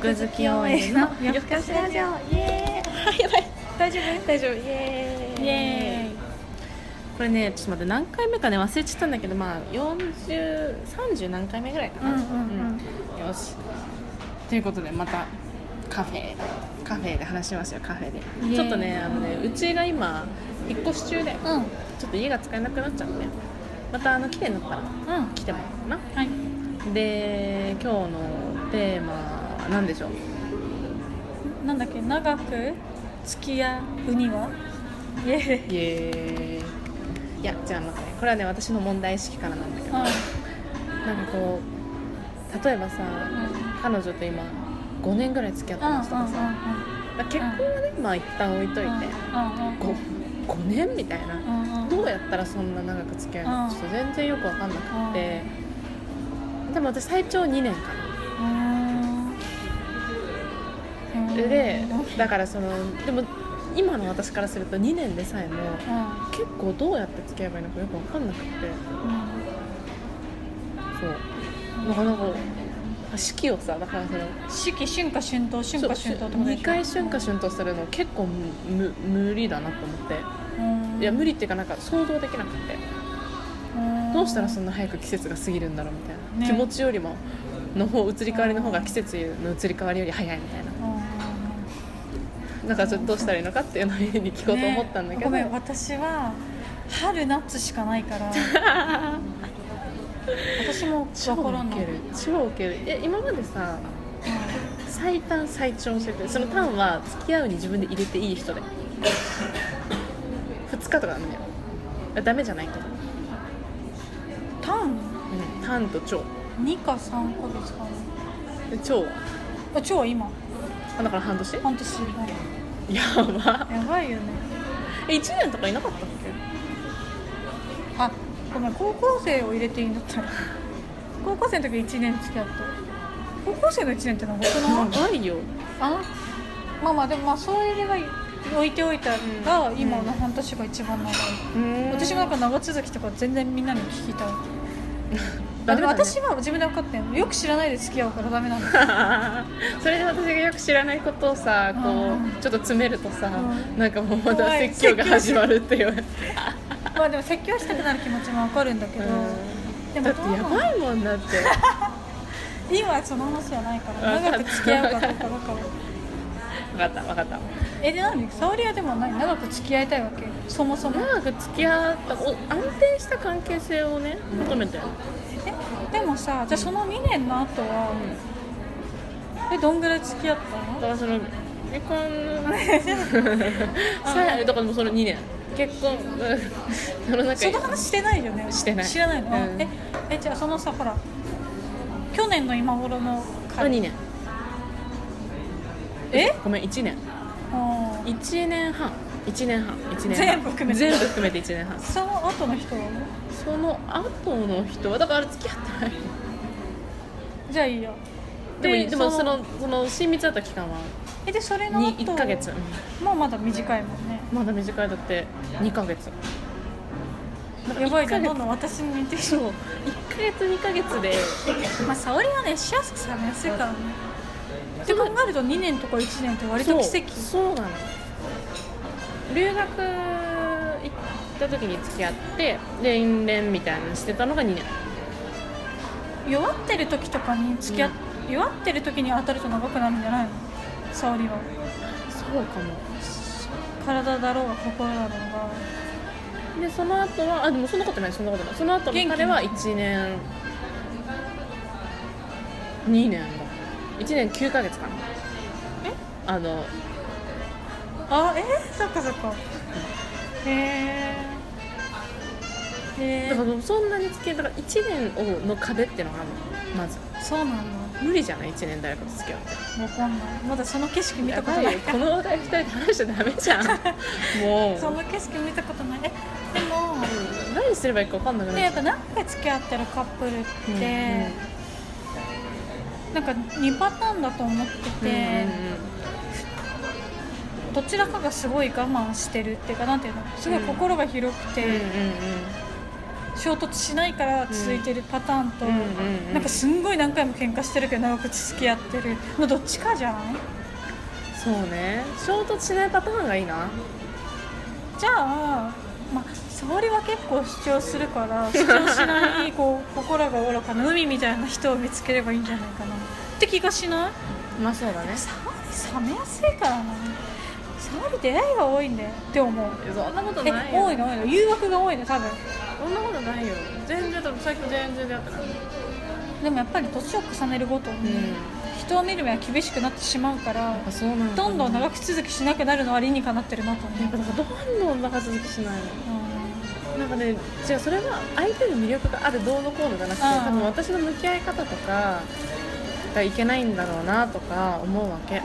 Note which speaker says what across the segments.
Speaker 1: 国好き OL の夜更かしラジオイエーイやばい大丈夫大丈夫イエーイ
Speaker 2: イエーイこれねちょっと待って何回目かね忘れちゃったんだけどまあ4030何回目ぐらいかな、
Speaker 1: うんうん
Speaker 2: うんよしということでまたカフェカフェで話しますよカフェ
Speaker 1: イエー
Speaker 2: で
Speaker 1: イ
Speaker 2: ちょっとねあのねうちが今引っ越し中で
Speaker 1: うんうん
Speaker 2: ちょっと家が使えなくなっちゃってまたあの来てんのかな来てもらおうかな
Speaker 1: はい
Speaker 2: で今日のテーマは何でしょう
Speaker 1: なんだっけ長く付き合うにはイエーイ
Speaker 2: イエーイいやじゃあなんかねこれはね私の問題意識からなんだけど
Speaker 1: うん
Speaker 2: なんかこう例えばさ、彼女と今5年ぐらい付き合って
Speaker 1: うん
Speaker 2: ますとかさ、まあ結婚はね、まあ一旦置いといて、
Speaker 1: うんうんうんうんうんうんうん
Speaker 2: 5, 年みたいな、どうやったらそんな長く付き合えるの、
Speaker 1: うん
Speaker 2: ちょっと全然よく分かんなくって、でも私最長2年かな、
Speaker 1: うん
Speaker 2: で
Speaker 1: うん
Speaker 2: だからそのでも今の私からすると2年でさえも結構どうやって付き合えばいいのかよく分かんなくってそうなかなか四季をさだからその
Speaker 1: 四季春夏春冬春夏春冬ってことでしょ
Speaker 2: 2回春夏春冬するの結構むむ無理だなと思って、
Speaker 1: うん
Speaker 2: いや無理っていうかなんか想像できなくて、
Speaker 1: うん
Speaker 2: どうしたらそんな早く季節が過ぎるんだろうみたいな、
Speaker 1: ね
Speaker 2: 気持ちよりもの方移り変わりの方が季節の移り変わりより早いみたいな
Speaker 1: うんうんうん
Speaker 2: なんかちょっとどうしたらいいのかっていうのを家に聞こうと思ったんだけど、
Speaker 1: ねごめん私は春夏しかないから 私も
Speaker 2: 超
Speaker 1: 分からん
Speaker 2: ウ
Speaker 1: の
Speaker 2: ケる超ウケるえ今までさ最短最長しててその短は付き合うに自分で入れていい人で2日とかなんだよあダメじゃないけど、
Speaker 1: タ
Speaker 2: う
Speaker 1: ン
Speaker 2: ん、短と長
Speaker 1: 2か3ヶ月かな
Speaker 2: で長は
Speaker 1: あ超は今
Speaker 2: あだから半年
Speaker 1: 半年
Speaker 2: やば
Speaker 1: やばいよね
Speaker 2: え1年とかいなかったっ
Speaker 1: あごめん高校生を入れていいんだったら 高校生の時1年付き合った高校生の1年って長く
Speaker 2: け
Speaker 1: ない
Speaker 2: 長いよ
Speaker 1: あまあまあでもまあそれは置いておいたが、
Speaker 2: うん
Speaker 1: 今の半年が一番長い、私
Speaker 2: 私
Speaker 1: もな
Speaker 2: が
Speaker 1: んか長続きとか全然みんなに聞きたい、
Speaker 2: ダ
Speaker 1: あ
Speaker 2: メ
Speaker 1: で
Speaker 2: だ
Speaker 1: も
Speaker 2: ね
Speaker 1: 私は自分で分かってんのよく知らないで付き合うからダメなんだ
Speaker 2: それで私がよく知らないことをさこ
Speaker 1: うん
Speaker 2: うちょっと詰めるとさ
Speaker 1: う
Speaker 2: なんかもうまた
Speaker 1: 怖い
Speaker 2: 説教が始まるっていう
Speaker 1: まあでも説教したくなる気持ちも分かるんだけど、で
Speaker 2: うん
Speaker 1: も
Speaker 2: だってや
Speaker 1: どうなの
Speaker 2: ばいもんだって
Speaker 1: 今その話じゃないから
Speaker 2: わかった
Speaker 1: 長く付き合うかどうか 分かる
Speaker 2: 分かった分かった
Speaker 1: えで何沙織はでも何長く付き合いたいわけそもそも
Speaker 2: 長く付き合ったお安定した関係性をね求めてる
Speaker 1: えでもさじゃあその2年の後は、えどんぐらい付き合った
Speaker 2: だ
Speaker 1: の
Speaker 2: からその離婚の さえだからもうその2年結婚うんその中
Speaker 1: そ
Speaker 2: に
Speaker 1: の話してないよね
Speaker 2: してない
Speaker 1: 知らないの、あ
Speaker 2: うん
Speaker 1: ええじゃあそのさほら去年の今頃の
Speaker 2: あ2年
Speaker 1: え
Speaker 2: ごめん1年
Speaker 1: あー
Speaker 2: 1年半1年半1年半
Speaker 1: 全部含めて
Speaker 2: 全部含めて1年半
Speaker 1: その後の人は
Speaker 2: その後の人はだからあれ付き合ってない
Speaker 1: じゃあいいよ
Speaker 2: でもでもそ
Speaker 1: その
Speaker 2: のその親密だった期間は
Speaker 1: えでそれの後
Speaker 2: 1ヶ月うん
Speaker 1: もうまだ短いもんね
Speaker 2: まだ短いだって2ヶ月
Speaker 1: やばいじゃん
Speaker 2: 一ヶ
Speaker 1: どん
Speaker 2: 月
Speaker 1: どん私に似てる
Speaker 2: そう1ヶ月2ヶ月で
Speaker 1: まあ沙織はねしやすくされやすいからねって考えると2年とか1年って割と奇跡
Speaker 2: そうそうなの留学行った時に付き合って連連みたいなのしてたのが2年
Speaker 1: 弱ってる時とかに付き合っ、弱ってる時に当たると長くなるんじゃないの沙織は
Speaker 2: そうかも
Speaker 1: 体だろうが心だろう
Speaker 2: でその後はあでもそんなことないそんなことないその後の彼は1年2年だ1年9ヶ月かな
Speaker 1: え
Speaker 2: あの
Speaker 1: があえー、そっかそっかへえへ
Speaker 2: だか
Speaker 1: え
Speaker 2: らそんなに付き合いだから1年をの壁ってのがあるのまず
Speaker 1: そうなん
Speaker 2: 無理じゃない1年誰かと付き合うって
Speaker 1: だわかんないまだその景色見た
Speaker 2: や
Speaker 1: こと
Speaker 2: ばい
Speaker 1: な
Speaker 2: よ
Speaker 1: い
Speaker 2: この話題2人で話しちゃダメじゃんもう
Speaker 1: その景色見たことないえでも、
Speaker 2: 何すればいいか分かんなくなっ
Speaker 1: で
Speaker 2: ち
Speaker 1: や
Speaker 2: ゃ
Speaker 1: っぱ何回付き合ってるカップルって、
Speaker 2: うんうん
Speaker 1: なんか2パターンだと思って
Speaker 2: う、
Speaker 1: て、
Speaker 2: う
Speaker 1: どちらかがすごい我慢してるっていうかなんていうのすごい心が広くて、
Speaker 2: んうんうんうんうん
Speaker 1: 衝突しないから続いてるパターンと、
Speaker 2: うんうんうんうん
Speaker 1: なんかすんごい何回も喧嘩してるけど長く付き合ってるのどっちかじゃない
Speaker 2: そうね衝突しないパターンがいいな
Speaker 1: じゃあ、まあ、沙織は結構主張す るから主張しないこう心が愚かな海みたいな人を見つければいいんじゃないかなって気がしない
Speaker 2: まあそうだね
Speaker 1: 沙織冷めやすいからな沙織出会いが多いんだよって思う
Speaker 2: そんなこと
Speaker 1: え
Speaker 2: ないよ
Speaker 1: 多いの多いの誘惑が多いの多分
Speaker 2: そんなことないよ全然最近全然出会ってない
Speaker 1: でもやっぱり年を重ねるごと
Speaker 2: うん
Speaker 1: に、人を見る目は厳しくなってしまうから
Speaker 2: やっぱそうなんだ
Speaker 1: どんどん
Speaker 2: や
Speaker 1: 長く続きしなくなるのは理にかなってるなと思
Speaker 2: っぱ
Speaker 1: う
Speaker 2: なんかどんどん長続きしないの
Speaker 1: うん
Speaker 2: なんかね違うそれは相手に魅力があるどうのこうのじゃなくて
Speaker 1: ああ
Speaker 2: 多分私の向き合い方とかがいけないんだろうなとか思うわけ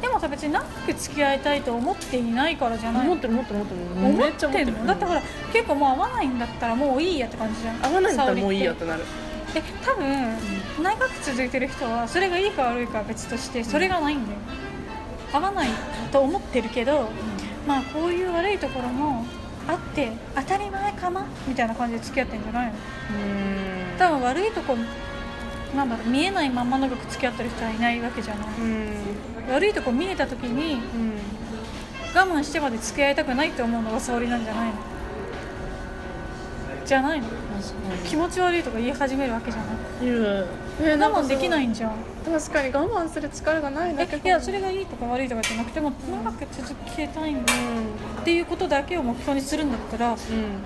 Speaker 1: でもさ別に長く付き合いたいと思っていないからじゃない
Speaker 2: 思ってる思ってる思ってる
Speaker 1: 思
Speaker 2: め
Speaker 1: っ
Speaker 2: っちゃ
Speaker 1: てんのだってほら結構もう合わないんだったらもういいやって感じじゃん
Speaker 2: 合わないんだったらもういいよってなる
Speaker 1: 沙織ってえ多分長く続いてる人はそれがいいか悪いかは別としてそれがないんだよ合わないと思ってるけどまあこういう悪いところもあって当たり前かなみたいな感じで付き合ってんじゃない
Speaker 2: う
Speaker 1: の
Speaker 2: ん
Speaker 1: 多分悪いとこなんだろう見えないまんま長く付き合ってる人はいないわけじゃない
Speaker 2: うん
Speaker 1: 悪いとこ見えた時に
Speaker 2: うん
Speaker 1: 我慢してまで付き合いたくないって思うのが沙織なんじゃないのじゃないの気持ち悪いとか言い始めるわけじゃない
Speaker 2: いやえなんか
Speaker 1: 我慢できないんじゃん
Speaker 2: 確かに我慢する力がないだけ
Speaker 1: え
Speaker 2: か
Speaker 1: いやそれがいいとか悪いとかじゃなくても長く続けたいんだっていうことだけを目標にするんだった
Speaker 2: う
Speaker 1: ら
Speaker 2: んうん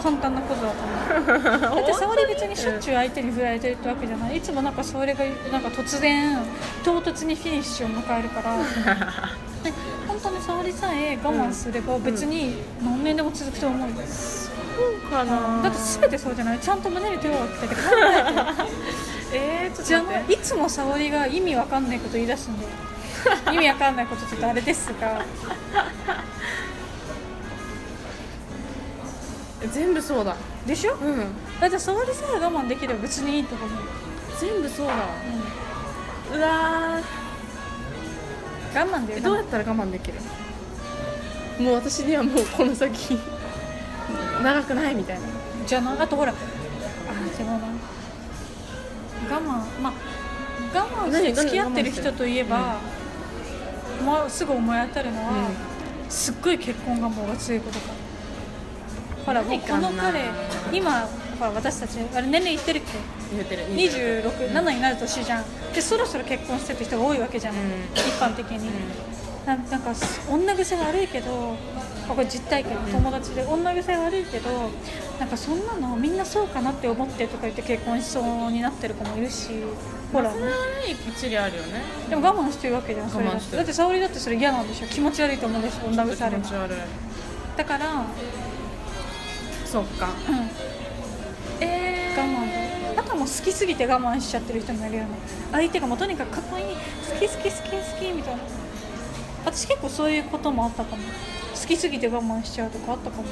Speaker 1: 簡単なことだと 思うだって沙織別にしょっちゅう相手に振られてるってわけじゃないいつもなんか沙織がなんか突然唐突にフィニッシュを迎えるから で本当に沙織さえ我慢すれば別に何年でも続くと思うんです、
Speaker 2: そうかな
Speaker 1: だって全てそうじゃないちゃんと胸に手を当てて考 えてる
Speaker 2: えー、
Speaker 1: じ
Speaker 2: ちょ
Speaker 1: ゃ
Speaker 2: っと待
Speaker 1: な
Speaker 2: っ
Speaker 1: い
Speaker 2: て
Speaker 1: いつも沙織が意味わかんないこと言い出す んで意味わかんないことちょっとあれですが
Speaker 2: え全部そうだ
Speaker 1: でしょ
Speaker 2: うん
Speaker 1: だって沙織さえ我慢できれば別にいいと思う、
Speaker 2: 全部そうだ
Speaker 1: う
Speaker 2: うわー
Speaker 1: ん、我慢だ
Speaker 2: え
Speaker 1: よ
Speaker 2: どうやったら我慢できるもう私にはもうこの先長くないみたいな
Speaker 1: じゃなあとほらあじゃあまあ我慢まあ我慢して付き合ってる人といえば、まあ、すぐ思い当たるのは、すっごい結婚願望が強いことかほらもう
Speaker 2: 何
Speaker 1: こ
Speaker 2: かな
Speaker 1: の彼今ほら私たちあれ年齢いってるっけ
Speaker 2: 言ってる
Speaker 1: 267になる年じゃんでそろそろ結婚してる人が多いわけじゃない、
Speaker 2: うん
Speaker 1: 一般的に、ななんか女癖悪いけどあこれ実体験
Speaker 2: うん
Speaker 1: 友達で女癖悪いけどなんかそんなのみんなそうかなって思ってとか言って結婚しそうになってる子もいるしほら
Speaker 2: それはねきっちりあるよね
Speaker 1: でも我慢してるわけじゃんそれだ
Speaker 2: 我慢
Speaker 1: っ
Speaker 2: してて
Speaker 1: だ
Speaker 2: る
Speaker 1: って沙織だってそれ嫌なんでしょ気持ち悪いと思うでしょ女癖あ
Speaker 2: 気
Speaker 1: れば
Speaker 2: 持ち悪い
Speaker 1: だから、
Speaker 2: そっか
Speaker 1: うん、我
Speaker 2: えー、
Speaker 1: 慢あとはもう好きすぎて我慢しちゃってる人もいるよね相手がもうとにかくかっこいい好き好き好き好きみたいな私結構そういうこともあったかも好きすぎて我慢しちゃうとかあったかも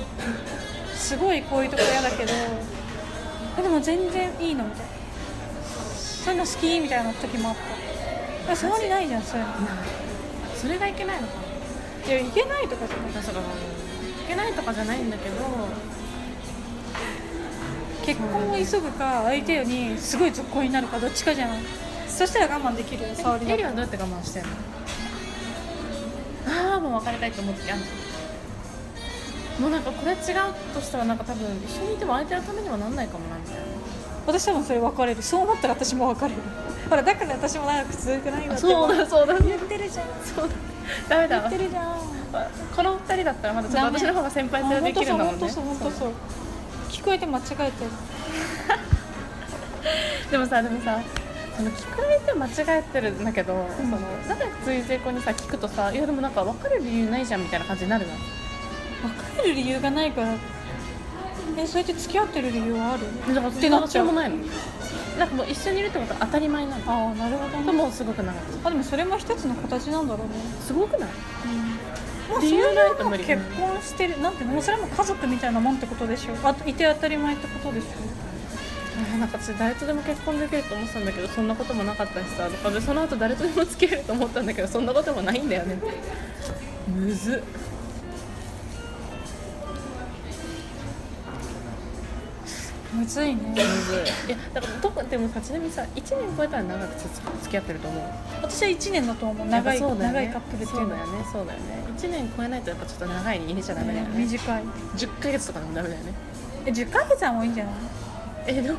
Speaker 1: すごいこういうとこ嫌だけどえでも全然いいのみたいなそういうの好きみたいな時もあったそこにないじゃんそういうの
Speaker 2: それがいけないのかない
Speaker 1: やいけないとかじゃない
Speaker 2: だからいけないとかじゃないんだけど
Speaker 1: 結婚を急ぐか相手にすごい続行になるかどっちかじゃないそしたら我慢できるよ沙織だ
Speaker 2: エ
Speaker 1: っ
Speaker 2: リ
Speaker 1: た
Speaker 2: はどうやって我慢してんのああもう別れたいと思ってやんじゃんもうなんかこれ違うとしたらなんか多分一緒にいても相手のためにはなんないかもなみたいな
Speaker 1: 私多分それ分かれるそう思ったら私も分かれるほらだから私も長く続いてないんだって
Speaker 2: そうだそうだ
Speaker 1: 言ってるじゃん
Speaker 2: そうだダメだ
Speaker 1: 言
Speaker 2: わ
Speaker 1: ってるじゃん
Speaker 2: この二人だったらまだちょっと私の方が先輩連れできるんだもんね
Speaker 1: 本当そう本当そう本当そう聞こえて間違えてる
Speaker 2: でもさでもさその聞かれて間違えてるんだけど、
Speaker 1: ん
Speaker 2: その長く続いてる子にさ聞くとさいやでもなんか別れる理由ないじゃんみたいな感じになるの
Speaker 1: 別れる理由がないからえそうやって付き合ってる理由はある
Speaker 2: だから
Speaker 1: ってなっちゃう
Speaker 2: どうしようもないのなんかもう一緒にいるってことは当たり前なの
Speaker 1: ああなるほど
Speaker 2: で
Speaker 1: ね
Speaker 2: もすごく長い
Speaker 1: あでもそれも一つの形なんだろうね
Speaker 2: すごくない
Speaker 1: もうそ
Speaker 2: 理由
Speaker 1: れ
Speaker 2: ない
Speaker 1: は
Speaker 2: と
Speaker 1: もう
Speaker 2: 無理
Speaker 1: 結婚してるなんていうのもうそれはもう家族みたいなもんってことでしょあといて当たり前ってことでしょ
Speaker 2: えーなんか私誰とでも結婚できると思ってたんだけどそんなこともなかったしさだからその後誰とでも付き合えると思ったんだけどそんなこともないんだよねむずっ
Speaker 1: むずい ね
Speaker 2: むずいいやだから特にでもさちなみにさ1年超えたら長くつ付き合ってると思う
Speaker 1: 私は1年だと思う
Speaker 2: やっ
Speaker 1: 長
Speaker 2: ぱ
Speaker 1: い
Speaker 2: そうだよね
Speaker 1: 長いカップルっていう
Speaker 2: そう
Speaker 1: の
Speaker 2: だよ
Speaker 1: は
Speaker 2: ねそうだよね1年超えないとやっぱちょっと長いに入れちゃダメだよね
Speaker 1: 短い
Speaker 2: 10ヶ月とかでもダメだよね
Speaker 1: え10ヶ月はもういいんじゃない
Speaker 2: えでも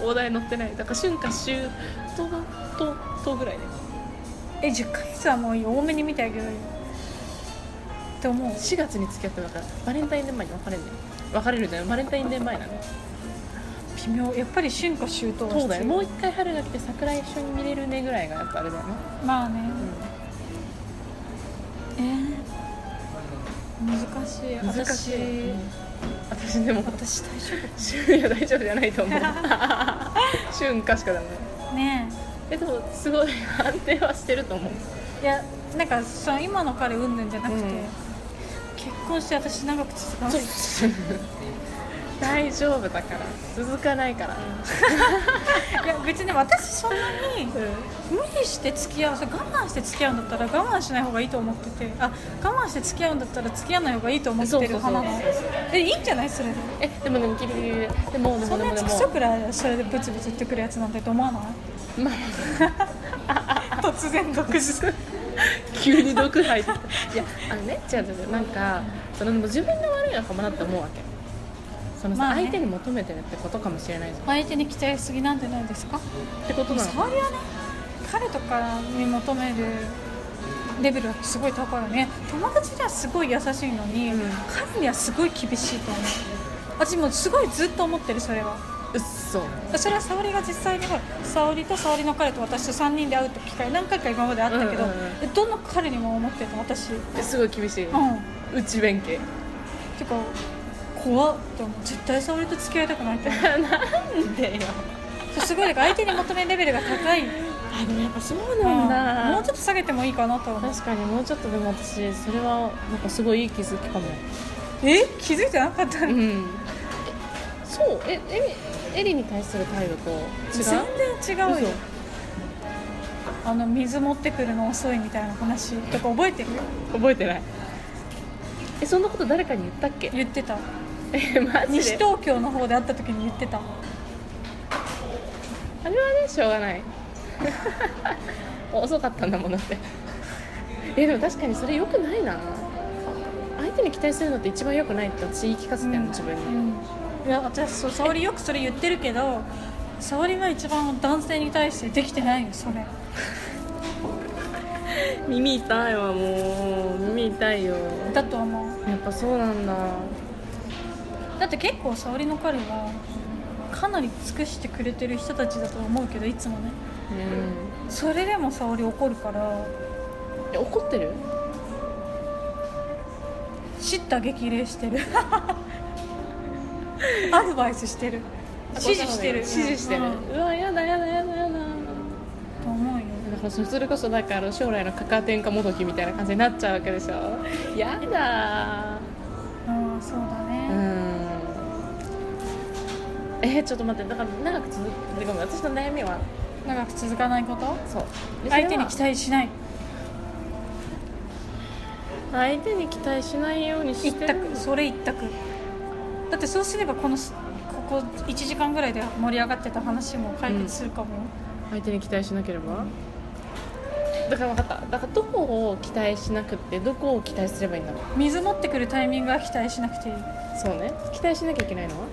Speaker 2: 大台乗ってないだから春夏秋冬と冬ぐらいね
Speaker 1: え10ヶ月はもういい多めに見てあげようよって思う
Speaker 2: 4月に付き合ってたからバレンタインデー前に別れるんだよ別れるじゃないバレンタインデー前なの
Speaker 1: 微妙やっぱり春夏秋冬は必要
Speaker 2: そうだよもう一回春が来て桜一緒に見れるねぐらいがやっぱあれだよね、
Speaker 1: まあね
Speaker 2: う
Speaker 1: えー難しい
Speaker 2: ん、難しい、うん私でも
Speaker 1: 私私大丈
Speaker 2: 春夜大丈夫じゃないと思う春夏しかダメ
Speaker 1: 夫ね
Speaker 2: えでもすごい安定はしてると思う
Speaker 1: えいやなんかその今の彼うんぬんじゃなくて、
Speaker 2: うん
Speaker 1: 結婚して私長く続かない
Speaker 2: 大丈夫だから続かないから、
Speaker 1: いや別に私そんなに無理して付き合うそれ我慢して付き合うんだったら我慢しない方がいいと思っててあ我慢して付き合うんだったら付き合わない方がいいと思ってる派なの
Speaker 2: そうそうそ
Speaker 1: えいいんじゃないそれで
Speaker 2: えでもでもギリギリでもで
Speaker 1: そ
Speaker 2: も
Speaker 1: ん
Speaker 2: で
Speaker 1: な
Speaker 2: も
Speaker 1: や
Speaker 2: で
Speaker 1: つ
Speaker 2: も
Speaker 1: くそくらいそれでブツブツ言ってくるやつなんてと思わない
Speaker 2: まあ
Speaker 1: 突然独自
Speaker 2: 急に毒入っていやあのね違う違う違うなんかそのでも自分が悪いのかもなって思うわけそのさ、
Speaker 1: まあね
Speaker 2: 相手に求めてるってことかもしれないじゃん
Speaker 1: 相手に期待しすぎなんじゃないですか
Speaker 2: ってことなの
Speaker 1: そりゃね彼とかに求めるレベルはすごい高いよね友達にはすごい優しいのに、
Speaker 2: うん
Speaker 1: 彼にはすごい厳しいと思う私もうすごいずっと思ってるそれは
Speaker 2: うっそ
Speaker 1: それは沙織が実際にほら沙織と沙織の彼と私と3人で会うって機会何回か今まであったけど、
Speaker 2: うんうんうん
Speaker 1: えどの彼にも思ってた私うん
Speaker 2: えすごい厳しい、内弁慶
Speaker 1: てか怖っって思う絶対沙織と付き合いたくないって思う
Speaker 2: なんでよ
Speaker 1: そうすごいだから相手に求めるレベルが高い
Speaker 2: あでもやっぱそう
Speaker 1: うんもうちょっと下げてもいいかなとは思う
Speaker 2: 確かにもうちょっとでも私それはなんかすごいいい気づきかも
Speaker 1: え気づいてなかったの
Speaker 2: うん そうえエリエリに対する態度と違う
Speaker 1: 全然違うよあの水持ってくるの遅いみたいな話とか覚えてる
Speaker 2: 嘘覚えてないえそんなこと誰かに言ったっけ
Speaker 1: 言ってた
Speaker 2: えマジ
Speaker 1: 西
Speaker 2: で
Speaker 1: 東京の方で会った時に言ってた
Speaker 2: あれはねしょうがない 遅かったんだもんだって えでも確かにそれ良くないな相手に期待するのって一番良くないって私言い聞かせてるの、自分に、
Speaker 1: うんいや私そう沙織よくそれ言ってるけど沙織が一番男性に対してできてないよそれ
Speaker 2: 耳痛いわもう耳痛いよ
Speaker 1: だと思う
Speaker 2: やっぱそうなんだ
Speaker 1: だって結構沙織の彼はかなり尽くしてくれてる人たちだと思うけどいつもね
Speaker 2: う
Speaker 1: それでも沙織怒るから
Speaker 2: んえ怒ってる
Speaker 1: 叱咤激励して るアドバイスしてる指示してる
Speaker 2: 指示してる
Speaker 1: う
Speaker 2: う
Speaker 1: ん
Speaker 2: わやだやだやだやだ
Speaker 1: と思うよ
Speaker 2: だからそそれこそだから将来のカカ天下もどきみたいな感じになっちゃうわけでしょやだ
Speaker 1: うんそうだ
Speaker 2: う
Speaker 1: ね、
Speaker 2: んえちょっと待ってだから長く続くごめん私の悩みは
Speaker 1: 長く続かないこと
Speaker 2: そう
Speaker 1: 相手に期待しない
Speaker 2: 相手に期待しないように
Speaker 1: 一
Speaker 2: してる
Speaker 1: 択それ一択だってそうすればこのすここ1時間ぐらいで盛り上がってた話も解決するかもよ、
Speaker 2: 相手に期待しなければだから分かっただからどこを期待しなくってどこを期待すればいいんだろう
Speaker 1: 水持ってくるタイミングは期待しなくていい
Speaker 2: そうね期待しなきゃいけないのは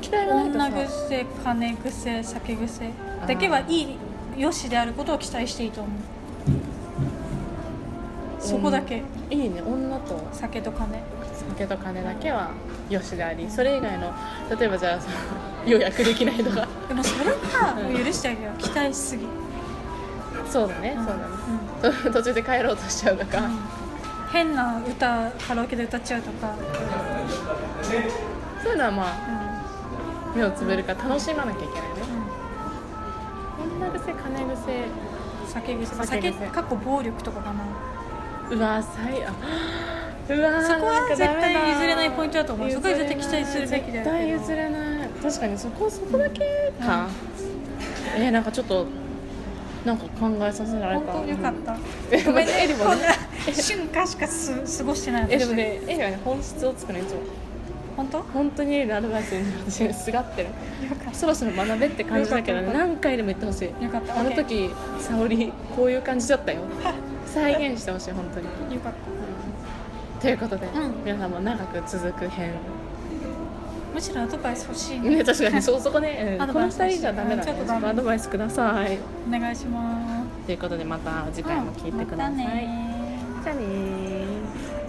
Speaker 2: 期待がな
Speaker 1: 女
Speaker 2: いとさ
Speaker 1: 癖金癖酒癖だけはいい良しであることを期待していいと思うそこだけ
Speaker 2: いいね女と
Speaker 1: 酒と金
Speaker 2: 酒と金だけはよしでありそれ以外の例えばじゃあその 予約できないとか
Speaker 1: でもそれがもう許してあげよう期待しすぎ、
Speaker 2: そうだね、
Speaker 1: うん
Speaker 2: そうだねと途中で帰ろうとしちゃうとか、
Speaker 1: 変な歌カラオケで歌っちゃうとか、
Speaker 2: そういうのはまあ
Speaker 1: う
Speaker 2: 目をつぶるから楽しまなきゃいけないね
Speaker 1: んうん
Speaker 2: 女癖金癖
Speaker 1: 酒癖
Speaker 2: 酒
Speaker 1: 酒
Speaker 2: 癖
Speaker 1: かっこ暴力とかかな
Speaker 2: うわ最あうわ
Speaker 1: そこは絶対譲れないポイン
Speaker 2: ト
Speaker 1: トだと思うそこは絶対期待するべきだ
Speaker 2: 絶
Speaker 1: よ
Speaker 2: 対譲れない確かにそこそこだけか、えー、なんかちょっとなんか考えさせられた
Speaker 1: 本当よかっ
Speaker 2: え
Speaker 1: たごめん
Speaker 2: エ
Speaker 1: ね
Speaker 2: リ
Speaker 1: こ
Speaker 2: も
Speaker 1: ん
Speaker 2: ね
Speaker 1: な瞬間しかす過ごしてない
Speaker 2: えでもねエリはね本質をつくのいつも
Speaker 1: 本当よ
Speaker 2: 本当にアドバイスに私すがってる
Speaker 1: かっ
Speaker 2: そろそろ学べって感じだけど
Speaker 1: よ
Speaker 2: ね
Speaker 1: かった
Speaker 2: 何回でも言ってほしい
Speaker 1: たよかった
Speaker 2: あの
Speaker 1: OK
Speaker 2: 時沙織こういう感じだったよ再現してほしい本当に
Speaker 1: よかっ
Speaker 2: ということで、
Speaker 1: うん
Speaker 2: 皆さんも長く続く編
Speaker 1: たむしろアドバイス欲しいね
Speaker 2: ね 確かにそうそこね、う
Speaker 1: ア
Speaker 2: ん、
Speaker 1: ド
Speaker 2: こ
Speaker 1: バ
Speaker 2: の
Speaker 1: イ
Speaker 2: 2
Speaker 1: ス欲しい
Speaker 2: 人じゃダメだね
Speaker 1: ちょっとダメ
Speaker 2: アドバイスください
Speaker 1: お願いします
Speaker 2: ということでまた次回も聞いてください、
Speaker 1: うんまたねー
Speaker 2: じゃあねー